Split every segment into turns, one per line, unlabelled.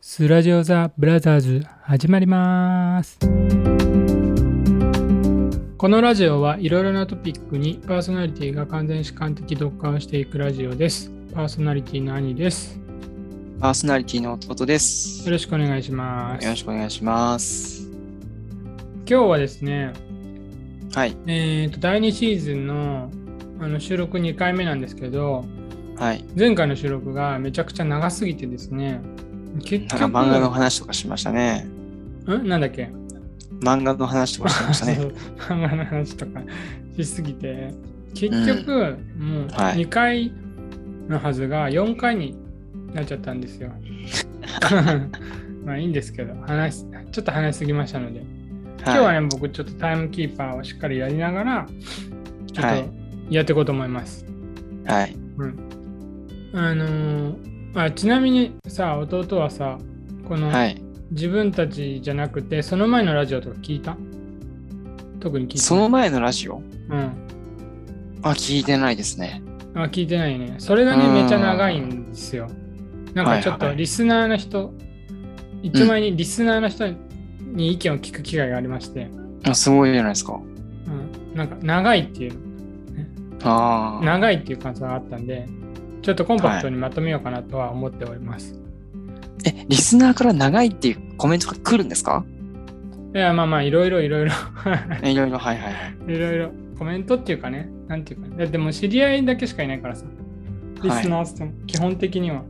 スラジオザブラザーズ始まりますこのラジオはいろいろなトピックにパーソナリティが完全主観的読解をしていくラジオですパーソナリティの兄です
パーソナリティの弟です。
よろ
よ
しくお願いします
ろしくお願いします。
今日はですね
はい、
えー、と第2シーズンのあの収録2回目なんですけど
はい。
前回の収録がめちゃくちゃ長すぎてですね結
な
局
んか漫画の話とかしましたね。
んなんだっけ
漫画の話とかしましたね。
そう漫画の話とかしすぎて結局、もう
はい
2回のはずが4回になっちゃったんです よ。まあいいんですけど話しちょっと話しすぎましたので、今日はね僕ちょっとタイムキーパーをしっかりやりながらちょ
は
っ
い
とやっていこうと思います。
はい。
うん、あのーあちなみにさ弟はさこの、
はい。
自分たちじゃなくてその前のラジオとか聞いた特に聞いてない
その前のラジオ
うん、
あ、聞いてないですね。
あ聞いてないねそれがね
うん
めちゃ長いんですよなんかちょっ
はい
と
はい
リスナーの人、一枚にリスナーの人に意見を聞く機会がありまして、
あすごいじゃないです
う
か。
ん、なんか長いっていう
ああ。
長いっていう感想があったんでちょっとコンパクトにまとめようかなとは思っております、
え、リスナーから長いっていうコメントが来るんですか
い、やまあまあいろいろいろい ろ
えいろいろ、はいはいはい。
いろいろコメントっていうかねなんていうかだってもう知り合いだけしかいないからさリスナーって基本的には、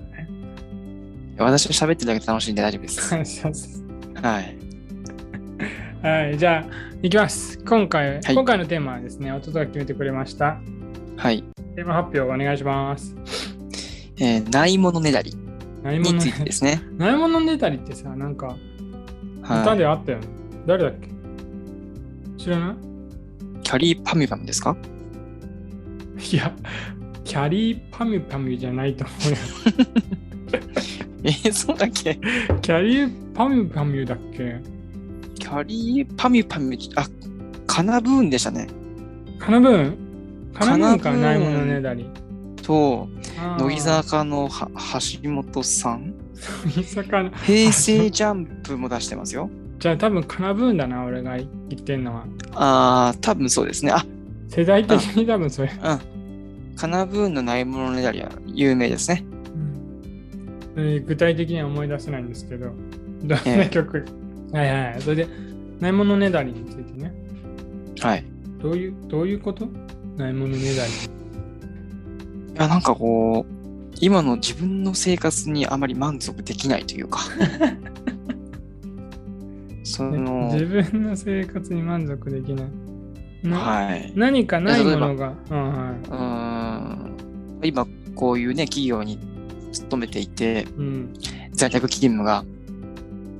私は喋ってるだけで楽しいんで大丈夫で す。
そうそうそう
はい。
はい、じゃあ、いきます。今回、
はい
今回のテーマはですね、弟が決めてくれました。
はい。
テーマ発表お願いします。
えーないものねだり
ないも
に
の
ついてですね。
ないものねだりってさ、なんか、歌
は。
であったよね。誰だっけ知らない
キャリーパミュパムですか
いいや、キャリーパミュパミュじゃないと思う
えーそうだっけ
よ。キャリーパミュパミュだっけ
キャリーパミュパミュ、あ、カナブーンでしたね。
カナブーンカナブーンか、
カナブーン
ないものねだり。
と、
あー
乃木。坂のは橋本さん。
乃木坂の。
平成ジャンプも出してますよ。
じゃあ、多分カナブーンだな、俺が言ってんのは。
ああ、多分そうですね。あ、
世代的に多分それ。
カナブーンのないものねだりは有名ですね。
えー具体的には思い出せないんですけど、どんな曲、はいはい。それで、ないものねだりについてね、
はい。い
どういう、どういうことないものねだり。
や、なんかこう、今の自分の生活にあまり満足できないと いうか。その、
自分の生活に満足できない。な
はい。
何かない
例え
も
ば
のが、うんは
うーん。今、こういうね、企業に勤めてい
い。
て、
うん。
在宅勤務が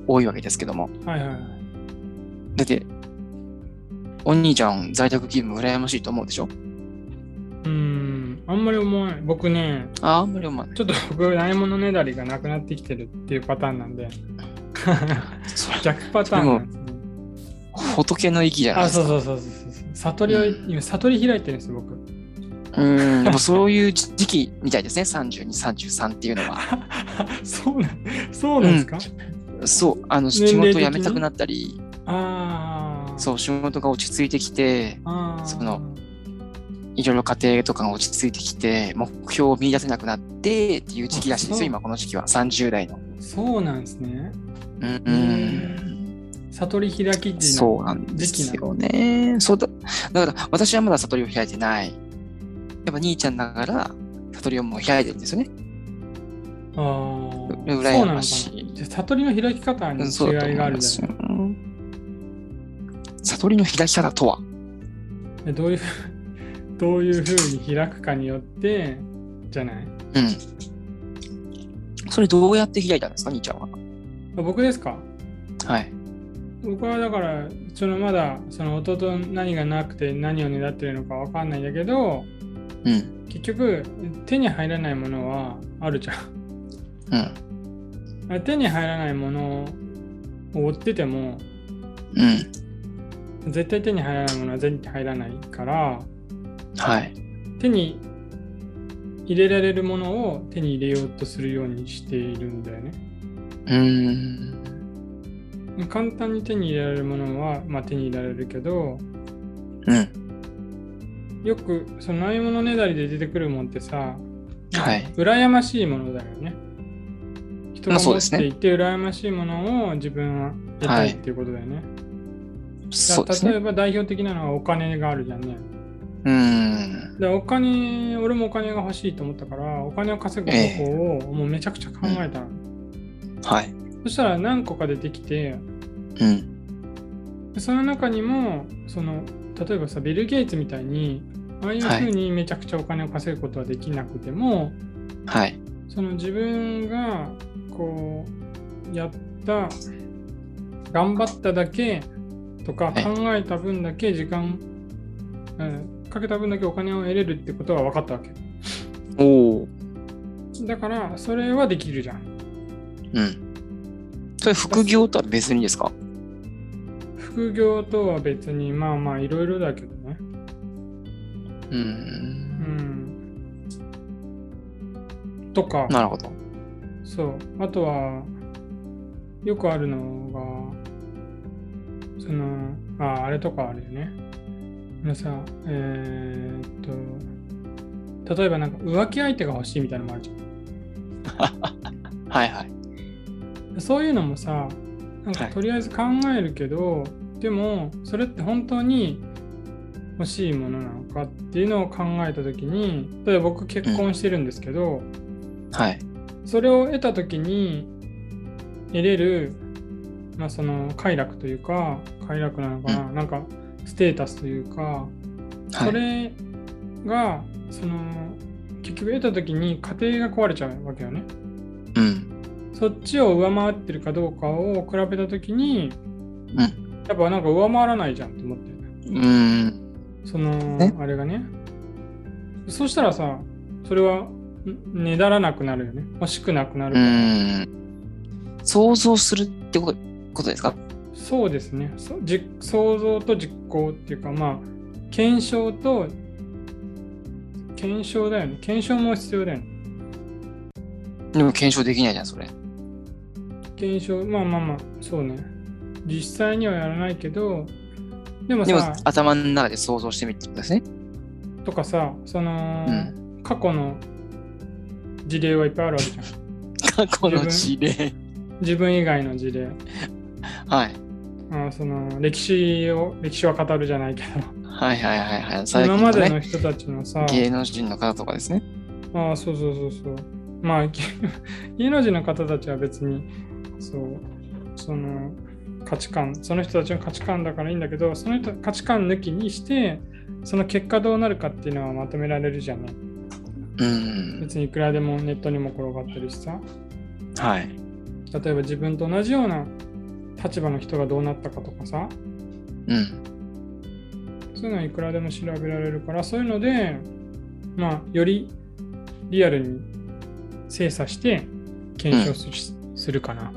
多いわけですけども。
はいはいはい。
だって、お兄ちゃん在宅勤務羨ましいと思うでしょ
うん、あんまり思わない。僕ね、
ああんまり思わない。
ちょっと僕、ないものねだりがなくなってきてるっていうパターンなん で、
それ、
逆パターンなんですね。
仏の域じゃない
あ、
です
そう
か。
そうそうそうそう。悟りを、今、悟り開いてるんですよ、僕。
うーん、でもそういう時期みたいですね、32、33っていうのは。
そうなんそうなんですか、
そう、あの、仕
年齢
事
的に
辞めたくなったり、
ああ。う。
そう、仕事が落ち着いてきて、
あー
そのいろいろ家庭とかが落ち着いてきて、目標を見出せなくなってっていう時期らしいで
あそう
すよ、今この時期は、30代の。
そうなんですね。
う
へ
ん、
悟り開き時
そうなんですよね。そうだ、だから私はまだ悟りを開いてない。やっぱ兄ちゃんだから、悟りをもう開いてるんですよね。
あー
う
そうな
羨
のかな
ましい
じゃあ悟りの開き方に違
そうだと
い
思
があ
い
る
ま
じ
す
ゃ
よ。悟りの開き方とは
ないどう いうふうどういうふうに開くかによってじゃない
うん。それどうやって開いたんですか、兄ちゃんは。
あ僕ですか
はい。
僕はだからそのまだその弟の何がなくて何をねだってるのかわかんないんだけど
うん。
結局手に入らないものはあるじゃん
うん。
手に入らないものを追ってても
うん。
絶対手に入らないものは全手に入らないから
はい。
手に入れられるものを手に入れようとするようにしているんだよね。
うん。
簡単に手に入れられるものは、まあ、手に入れられるけど、
うん。
よくそのないものねだりで出てくるもんってさ、
はい。
羨ましいものだよね。人が
まあそう
持
で
っ
すね
ていて羨ましいものを自分は得たいっていうことだよね。だ
そうです
例
ね。
えば代表的なのはお金があるじゃんね。
うん。
でお金、俺もお金が欲しいと思ったから、お金を稼ぐ方法をもうめちゃくちゃ考えたの。
はい。
そしたら何個か出てきて、
うん。
でその中にもその例えばさビル・ゲイツみたいにああいうふうにめちゃくちゃお金を稼ぐことはできなくても、
はい。
その自分がこうやった頑張っただけとか
はい
考えた分だけ時間、うん、かけた分だけお金を得れるってことは分かったわけ
おお。
だからそれはできるじゃん
うん。それ副業とは別にですか
副業とは別にまあまあいろいろだけどね
う。
うんんとか
なるほど。
そう。あとは、よくあるのが、その、あ、あれとかあるよね。あのさ、えーっと、例えばなんか浮気相手が欲しいみたいなのもあるじ
はいはい。
ゃん。そういうのもさ、なんか
はい
とりあえず考えるけど、でも、それって本当に欲しいものなのかっていうのを考えたときに、例えば僕結婚してるんですけど、
はい。
それを得た時に得れる、まあ、その快楽というか快楽なのかな、
う
なんかステータスというか、
は
そ
い。
れがその結局得た時に家庭が壊れちゃうわけよね
うん。
そっちを上回ってるかどうかを比べた時に、
ん
やっぱなんか上回らないじゃんと思って
うん。
その
ね
あれがねそしたらさそれはんねだらなくなるよね欲しくなくなる
う
から、
ん。想像するってことことですか
そうですね。そじ想像と実行っていうか、まあ、検証と、検証だよね。検証も必要だよね。
でも検証できないじゃん、それ。
検証、まあまあまあ、そうね。実際にはやらないけど、でも
でも
さ、
頭の中で想像してみるってことで すね。
とかさ、その、
うん。
過去の事例はいっぱいあるわけじゃん。
過去の事例。
自分以外の事例。
はい。
あその歴史を、歴史は語るじゃないけど、
はいはいはいはい。最
今
近
ま
の
で
ね、
の人たちのさ、
芸能人の方とかですね。
ああ、そうそうそうそう。まあ、 芸芸能人の方たちは別に、そう、その価値観、その人たちの価値観だからいいんだけど、その人価値観抜きにして、その結果どうなるかっていうのはまとめられるじゃない。
うん。
別にいくらでもネットにも転がってるしさ、
はい。
例えば自分と同じような立場の人がどうなったかとかさ、
うん。
そういうのはいくらでも調べられるから、そういうので、まあ、よりリアルに精査して検証する,、するかな。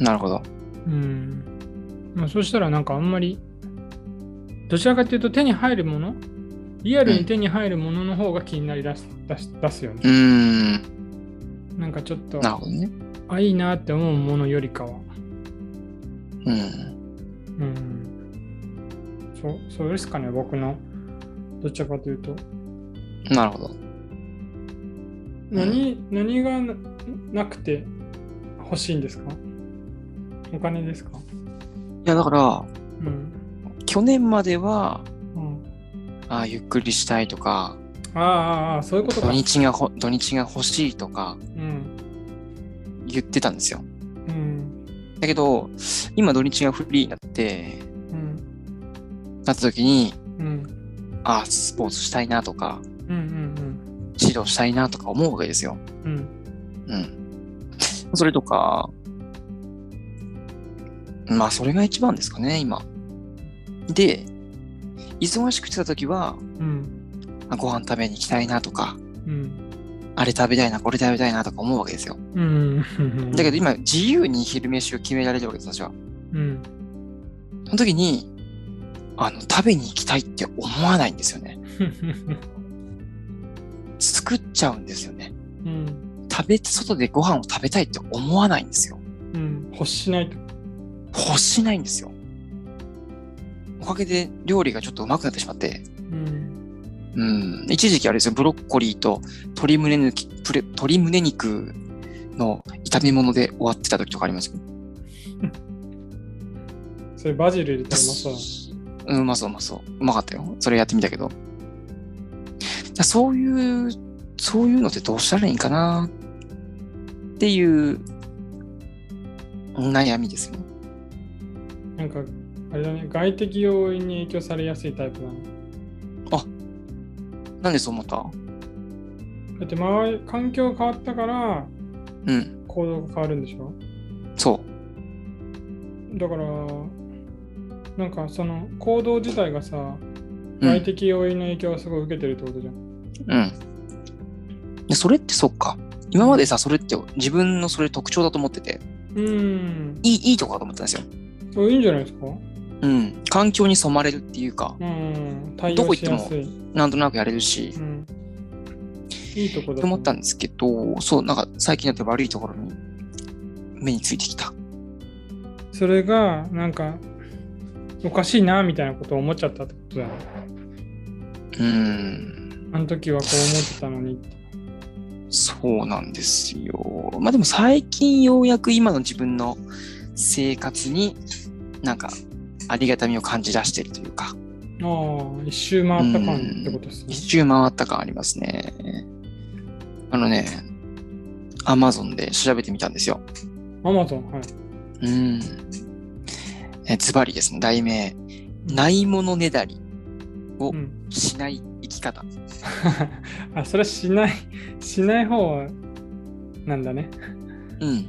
なるほど。
うん。まあ、そうしたらなんかあんまり、どちらかというと手に入るもの、リアルに手に入るものの方が気になりだす,、出す出すよね。
うん。
なんかちょっと
な、るほどね。
あ、いいなって思うものよりかは。
うん。
うん。そう、そうですかね、僕の。どちらかというと。
なるほど。
何、何がななくて欲しいんですかお金ですか
いや、だから、
うん。
去年までは、
うん、
ああ、ゆっくりしたいとか、
ああああ、そういうこと
土
か。
日がほ、土日が欲しいとか
うん。
言ってたんですよ。
うん。
だけど、今土日がフリーになって、
うん。
なった時に、
うん。
ああ、スポーツしたいなとか、
うん。うん。
指導したいなとか思うわけですよ。
うん。うん
うん。それとか、まあ、それが一番ですかね、今。で、忙しくしてた時は、
うん
あご飯食べに行きたいなとか、
うん
あれ食べたいな、これ食べたいなとか思うわけですよ。
うん
だけど今、自由に昼飯を決められるわけです、私は。
うん
その時に、あの、食べに行きたいって思わないんですよね。作っちゃうんですよね。
うん
食べ、外でご飯を食べたいって思わないんですよ。
うん、欲しないと。
欲しないんですよ。おかげで料理がちょっとうまくなってしまって、
うん。
うん、一時期あれですよ、ブロッコリーと鶏胸抜きプレ鶏胸肉の炒め物で終わってた時とかありますよ。
それバジル入れたらうまそうだ
うん、うまそううまそう。うまかったよ。それやってみたけど。だそういう、そういうのってどうしたらいいんかなっていう悩みですよね。
な。なんか、あれだね、外的要因に影響されやすいタイプなの。
なんでそう思った
だって周り、環境変わったから
うん、
行動が変わるんでしょ
そ
だから、なんかその行動自体がさ、
う。うん
外的要因の影響をすごい受けてるってことじゃん。
うん。でそれってそっか。今までさ、それって自分のそれ特徴だと思ってて、
うん。
いいいいとこだと思ってたんですよ。
あいいんじゃないですか
うん。環境に染まれるっていうか、
うん。対
どこ
応
行っ
して
も
やすい。
なんとなくやれるし、っ
うん。いいとこだ
て
と
思
思
っ
う
たんですけど、そう、なんか最近だって悪いところに目についてきた。
それがなんかおかしいなみたいなことを思っちゃったってことだよね。
うん。
あの時はこう思ってたのにって。
そうなんですよ。まあでも最近ようやく今の自分の生活になんかありがたみを感じ出してるというか、
ああ、一周回った感ってことですね
一。周回った感ありますね。あのね、アマゾンで調べてみたんですよ。
アマゾン、はい。
うん。えズバリですね、題名。ないものねだりを
うん、
しない生き方。
あ、それはしない、しない方なんだね。
うん。い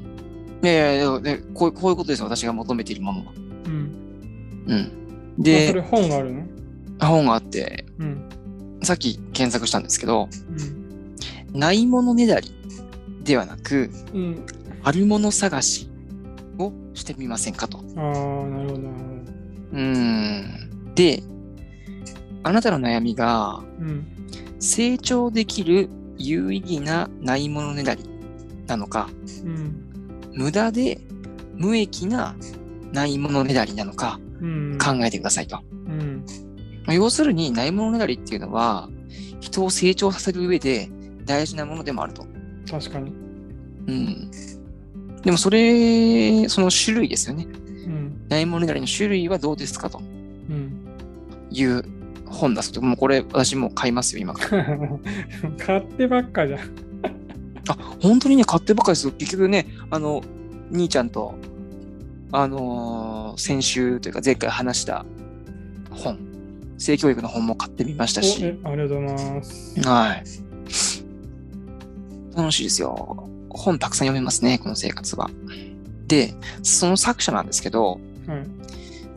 やいやいやでこう、こういうことですよ、私が求めているものは。
うん。
うん。
あそれ
で、
本があるの
本があって、
うん。
さっき検索したんですけど、
うん
ないものねだりではなく、
うん。
あるもの探しをしてみませんかと。
ああ、なるほど、なるほど。
うーん。で、あなたの悩みが、
うん。
成長できる有意義なないものねだりなのか、
うん。
無駄で無益なないものねだりなのか、
うん。
考えてくださいと。
うん。
要するに、ないものねだりっていうのは、人を成長させる上で大事なものでもあると。
確かに。
うん。でもそれ、その種類ですよね。
うん。
ないものねだりの種類はどうですかと
うん。
いう本だそうで、もうこれ私もう買いますよ、今から。
買ってばっかじゃん。
あ本当にね、買ってばかりですよ。結局ね、あの、兄ちゃんと、あのー先週というか前回話した本、性教育の本も買ってみました
お
し、
えありがとうございます。
はい。楽しいですよ。本たくさん読めますね、この生活は。で、その作者なんですけど、
はい。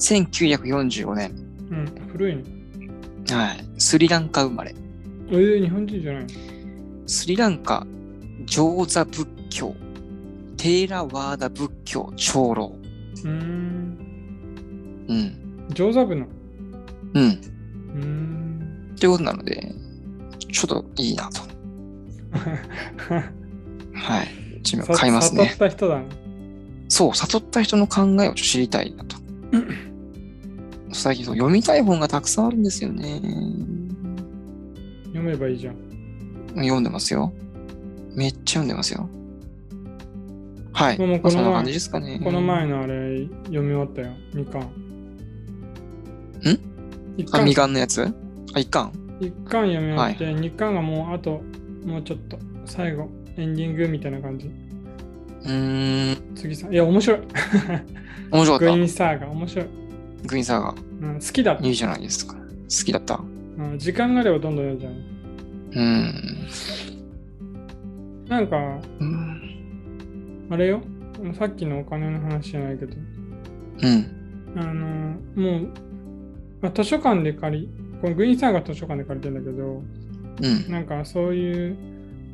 1945年、
うん、古いね。
はい、スリランカ生まれ、
えー、日本人じゃない
スリランカ上座仏教、テーラワーダ仏教長老。
うーん。
うん
上座部の。
うん。
うーん。
ということなので、ちょっといいなと。はい。自分
さ
買いますね。
悟った人だね。
そう、悟った人の考えを知りたいなと。最近そう読みたい本がたくさんあるんですよね。
読めばいいじゃん。
読んでますよ。めっちゃ読んでますよ。はい。
もうもう
まあ
この
そんな
前
感じですかね。
この前のあれ、読み終わったよ。みかん。ん一
あ、
巻
みかんのやつあ、一巻
一巻読み終わって、二巻がもうあと、もうちょっと、最後、エンディングみたいな感じ。
うーん。
次さん。いや、面白い。
面白
グ
か
イ
っ
ーンサーが面白い。
た。グリーンサーガ
うん、好きだった
ー。いいじゃないですか。好きだった。
うん時間があればどんどん読んじゃう。
うん。
なんか、
うん。
あれよ。さっきのお金の話じゃないけど。
うん。
あのもう、まあ、図書館で借り、このグリーンサーが図書館で借りてんだけど、
うん。
なんかそういう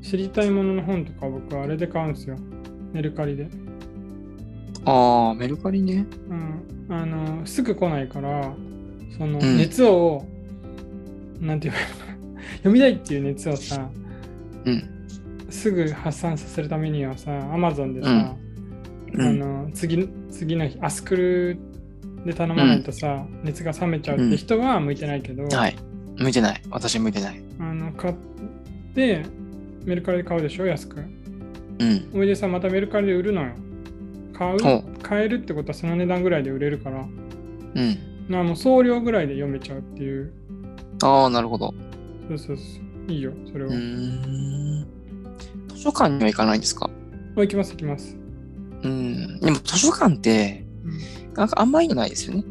知りたいものの本とか僕はあれで買うんですよ。メルカリで。
ああ、メルカリね。
うん、あのすぐ来ないから、その
うん
熱を、なんていうか、 読みたいっていう熱をさ、
うん
すぐ発散させるためにはさ、Amazon でさ、
うんうん
あの次次の日アスクルで頼まないとさ、熱が冷めちゃうって人は向いてないけど、
はい。向いてない。私向いてない。
あの買ってメルカリで買うでしょ安く
うん。
おいでさまたメルカリで売るのよ買
ほ
う買えるってことはその値段ぐらいで売れるから
うん。
なもう送料ぐらいで読めちゃうっていう
ああ、なるほど。
そうそうそういいよそれ
う
は、
ーん。図書館には行かないんですか
お行きます行きます、
うん。でも図書館って、
うん
なんかあんまいいのないですよね。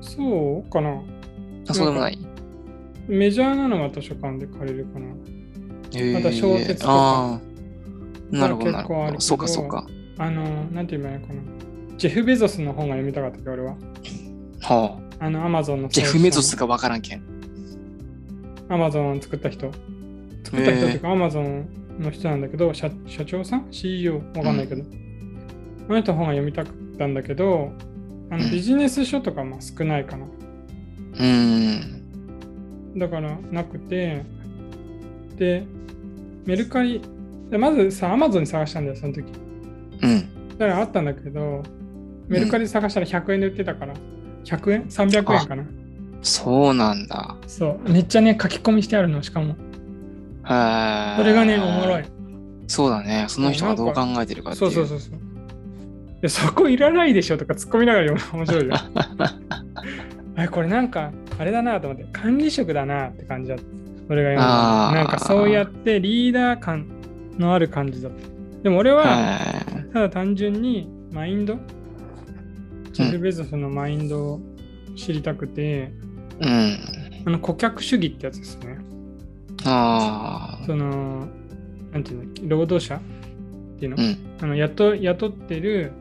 そうかな
あ、そうでもない。
メジャーなのは図書館で借りるかな
へー
また小説とか
あーなるほど、な
まあ
る
結構あ
ほ
るけ
ど。
ど
そうか、そうか。
あのなんて言えばいいのかなジェフ・ベゾスの本が読みたかったけど俺は
はあ。
あのアマゾンの
ジェフ・メゾスがわからんけん。
アマゾン作った人作った人っていうか、アマゾンの人なんだけど、社社長さん ?CEO? わかんないけど。あの人の本が読みたかったんだけど、あ
う
の
ん
ビジネス書とかまあ少ないかな。
うーん。
だからなくて、で、メルカリ、でまずさ、アマゾンに探したんだよ、その時。
うん。
だからあったんだけど、メルカリで探したら100円で売ってたから、100円 ?300 円かな。
そうなんだ。
そう、めっちゃね、書き込みしてあるの、しかも。
は
それがね、おもろい。。
そうだね。その人がどう考えてるかってい。
そううそうそうそう。いやそこいらないでしょとか突っ込みながら読 む面 白いよ。あれこれなんかあれだなと思って管理職だなって感じだった。俺が
あ
今な
ー
んかそうやってリーダー感のある感じだった。でも俺は
は
ただ単純にマインド、ジェフ・ベゾスのマインドを知りたくて、
い。うん。
あの顧客主義ってやつですね。
ああ。
その、なんていうんだっけ、労働者っていうの、
うん。
あの雇雇ってる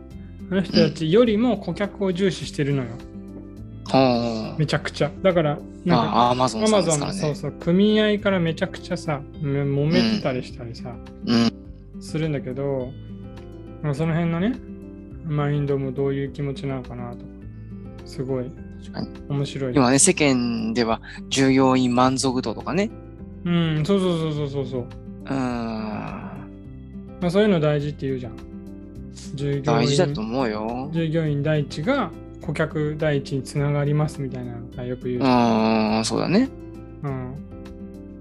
あの人たちよりも顧客を重視してるのよ、
は
めちゃくちゃ。だから、
あ。
なんか、
ああ、アマゾ
ア
ンさ
マ
ん
ゾ
で
ン
すか
の
ら
そう
ね。
そう、組合からめちゃくちゃさ、め揉めてたりしたりさ、
うん。
するんだけど、まあその辺のね、マインドもどういう気持ちなのかなとか、すごい
確かに
面白い。
今ね、世間では従業員満足度とかね。
うん、そうそうそうそうそうそう。
うーん。
まあ、そういうの大事って言うじゃん。従業員
大事だと思うよ。
従業員第一が顧客第一につながりますみたいなのがよく言う
う
じゃん
ーん、そうだね。
うん。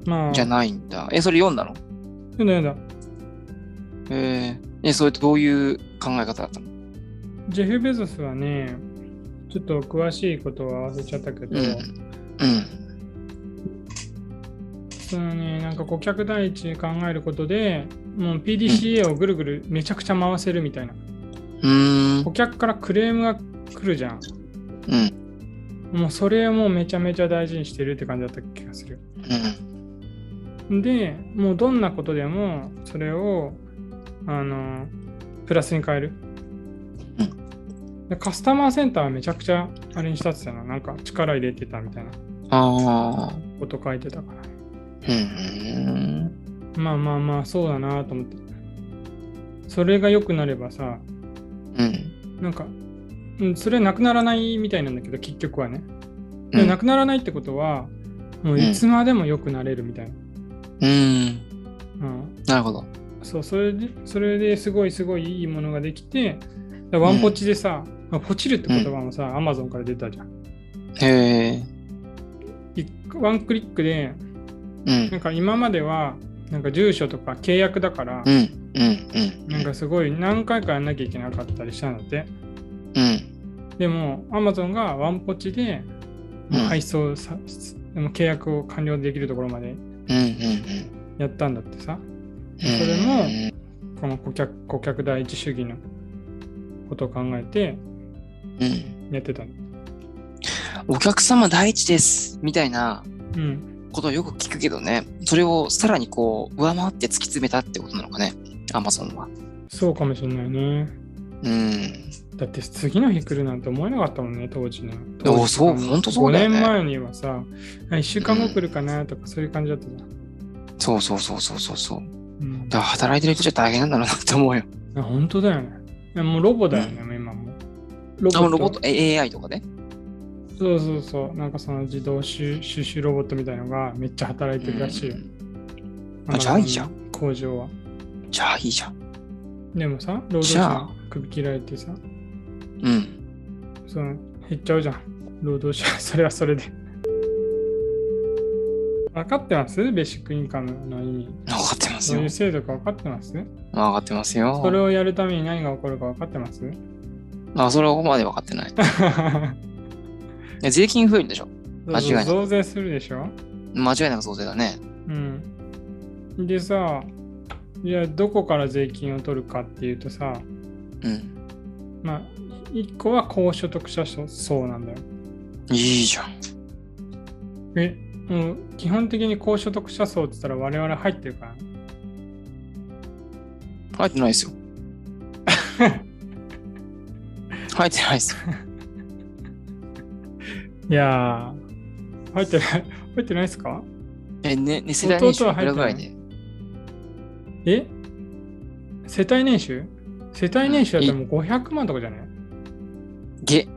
まあ、
じゃ
な
ないんだ。え、それ読んだの
んだなんだ。
えー、え、それどういう考え方だったの
ジェフ・ベゾスはね、ちょっと詳しいことは忘れちゃったけど、
うん。うん。
そのね、なんか顧客第一に考えることで、もう PDCA をぐるぐるめちゃくちゃ回せるみたいな。
うーん。
顧客からクレームが来るじゃん。
うん。
もうそれをもうめちゃめちゃ大事にしてるって感じだった気がする。
うん。
で、もうどんなことでもそれを、あの、プラスに変える。
う
でカスタマーセンターはめちゃくちゃあれにしたってたな。なんか力入れてたみたいな。
ああ。
こと書いてたからね
うん。
まあまあまあそうだなと思ってそれが良くなればさ
うん。
なんか、うん、それなくならないみたいなんだけど結局はね、
う
で
ん
なくならないってことはもういつまでも良くなれるみたいな、
う
う
ん。
ん
なるほど。
そうそれでそれですごいすごいいいものができてだワンポチでさ、まあポチるって言葉もさ、アマゾンから出たじゃん
へえ。
一ワンクリックで
う
なん
ん。
か今まではなんか住所とか契約だから、
うん。うん。うん。
なんかすごい何回かやんなきゃいけなかったりしたんだって。
うん。
でも Amazon がワンポチでもう配送さ、もう契約を完了できるところまで
うん。うん。うん。
やったんだってさ、
そ
れもこの顧客顧客第一主義のことを考えて
うん。
やってたの。
お客様第一です。みたいな
うん。
ことをよく聞くけどね。それをさらにこう、上回って突き詰めたってことなのかね。アマゾンは。
そうかもしれないね。
うん。
だって次の日来るなんて思えなかったもんね、当時ね。
おーそう
当時
ほんとそうだよね
5年前にはさ、1週間後来るかなとかそういう感じだったじゃん。
そうそうそうそうそうそう。
うん、
だから働いてる人じゃ大変なんだろうなって思うよ。
あ本当だよね。いやもうロボだよね、今も。ロ
あ、ロボット、え AI とかね。
そうそうそう、なんかその自動収収集ロボットみたいのがめっちゃ働いてるらしいよ。
うん
ま
あじゃあいいじゃん。
工場は。
じゃあいいじゃん。
でもさ、労働
じゃあ
者首切られてさ、
うん。
その減っちゃうじゃん。労働者、 それはそれで。分かってますベーシックインカムの意味。
分かってます
どう
よ
いう。制度か分かってます
分かってますよ。
それをやるために何が起こるか分かってます
あ、それはここまで分かってない。い や税金増えるんでしょ。間違いない
増税するでしょ
間違いなく増税だね。
うん。でさ、じゃあどこから税金を取るかっていうとさ、
うん。
まあ、1個は高所得者層なんだよ。
いいじゃん。
え、もう基本的に高所得者層って言ったら我々入ってるからね。
入ってな いですよ。入ってないですよ。
いやー、入ってない、 入ってないですか
え、ね、ね世代年収
弟はい入って
くらぐ
な
ら
い
いで
え世帯年収世帯年収だったらもう500万とかじゃない
げ、
も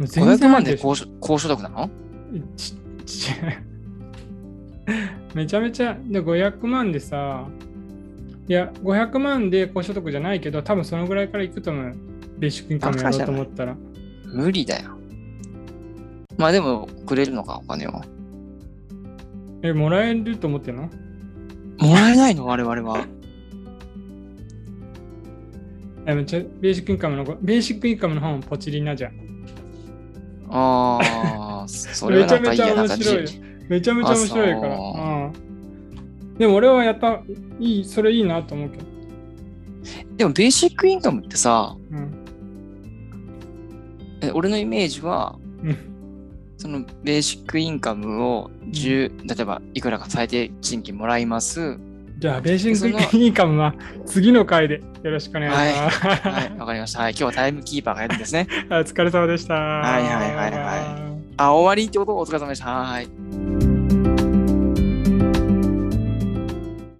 う全然
500
入
万
ってるで
で
しょ
高所高所得なの
ちち めちゃめちゃで500万でさいや500万で高所得じゃないけど多分そのぐらいからいくと思うベーシックインカムやろうと思ったら
無理だよ。まあでも、くれるのか、お金を。
えもらえると思ってんの
もらえないの、我々は。
えめっちゃベーシックインカムのベーシックインカムの本ポチリなじゃん
ああ、 それはなんかいいや、なんか
めちゃめちゃ面白いよ
じ
めちゃめちゃ面白いから
あそう
うん、でも俺はやったいいそれいいなと思うけど、
でも、ベーシックインカムってさ、
うん
え俺のイメージは
うん、
そのベーシックインカムを10、例えばいくらか最低賃金もらいます。
じゃあベーシックインカムは次の回でよろしくお願いします、
はい、わかりました。はい、今日はタイムキーパーがやるんですね。
お疲れ様でした。はい
はいはいはいはいあ、終わりってことお疲れ様でした。はい。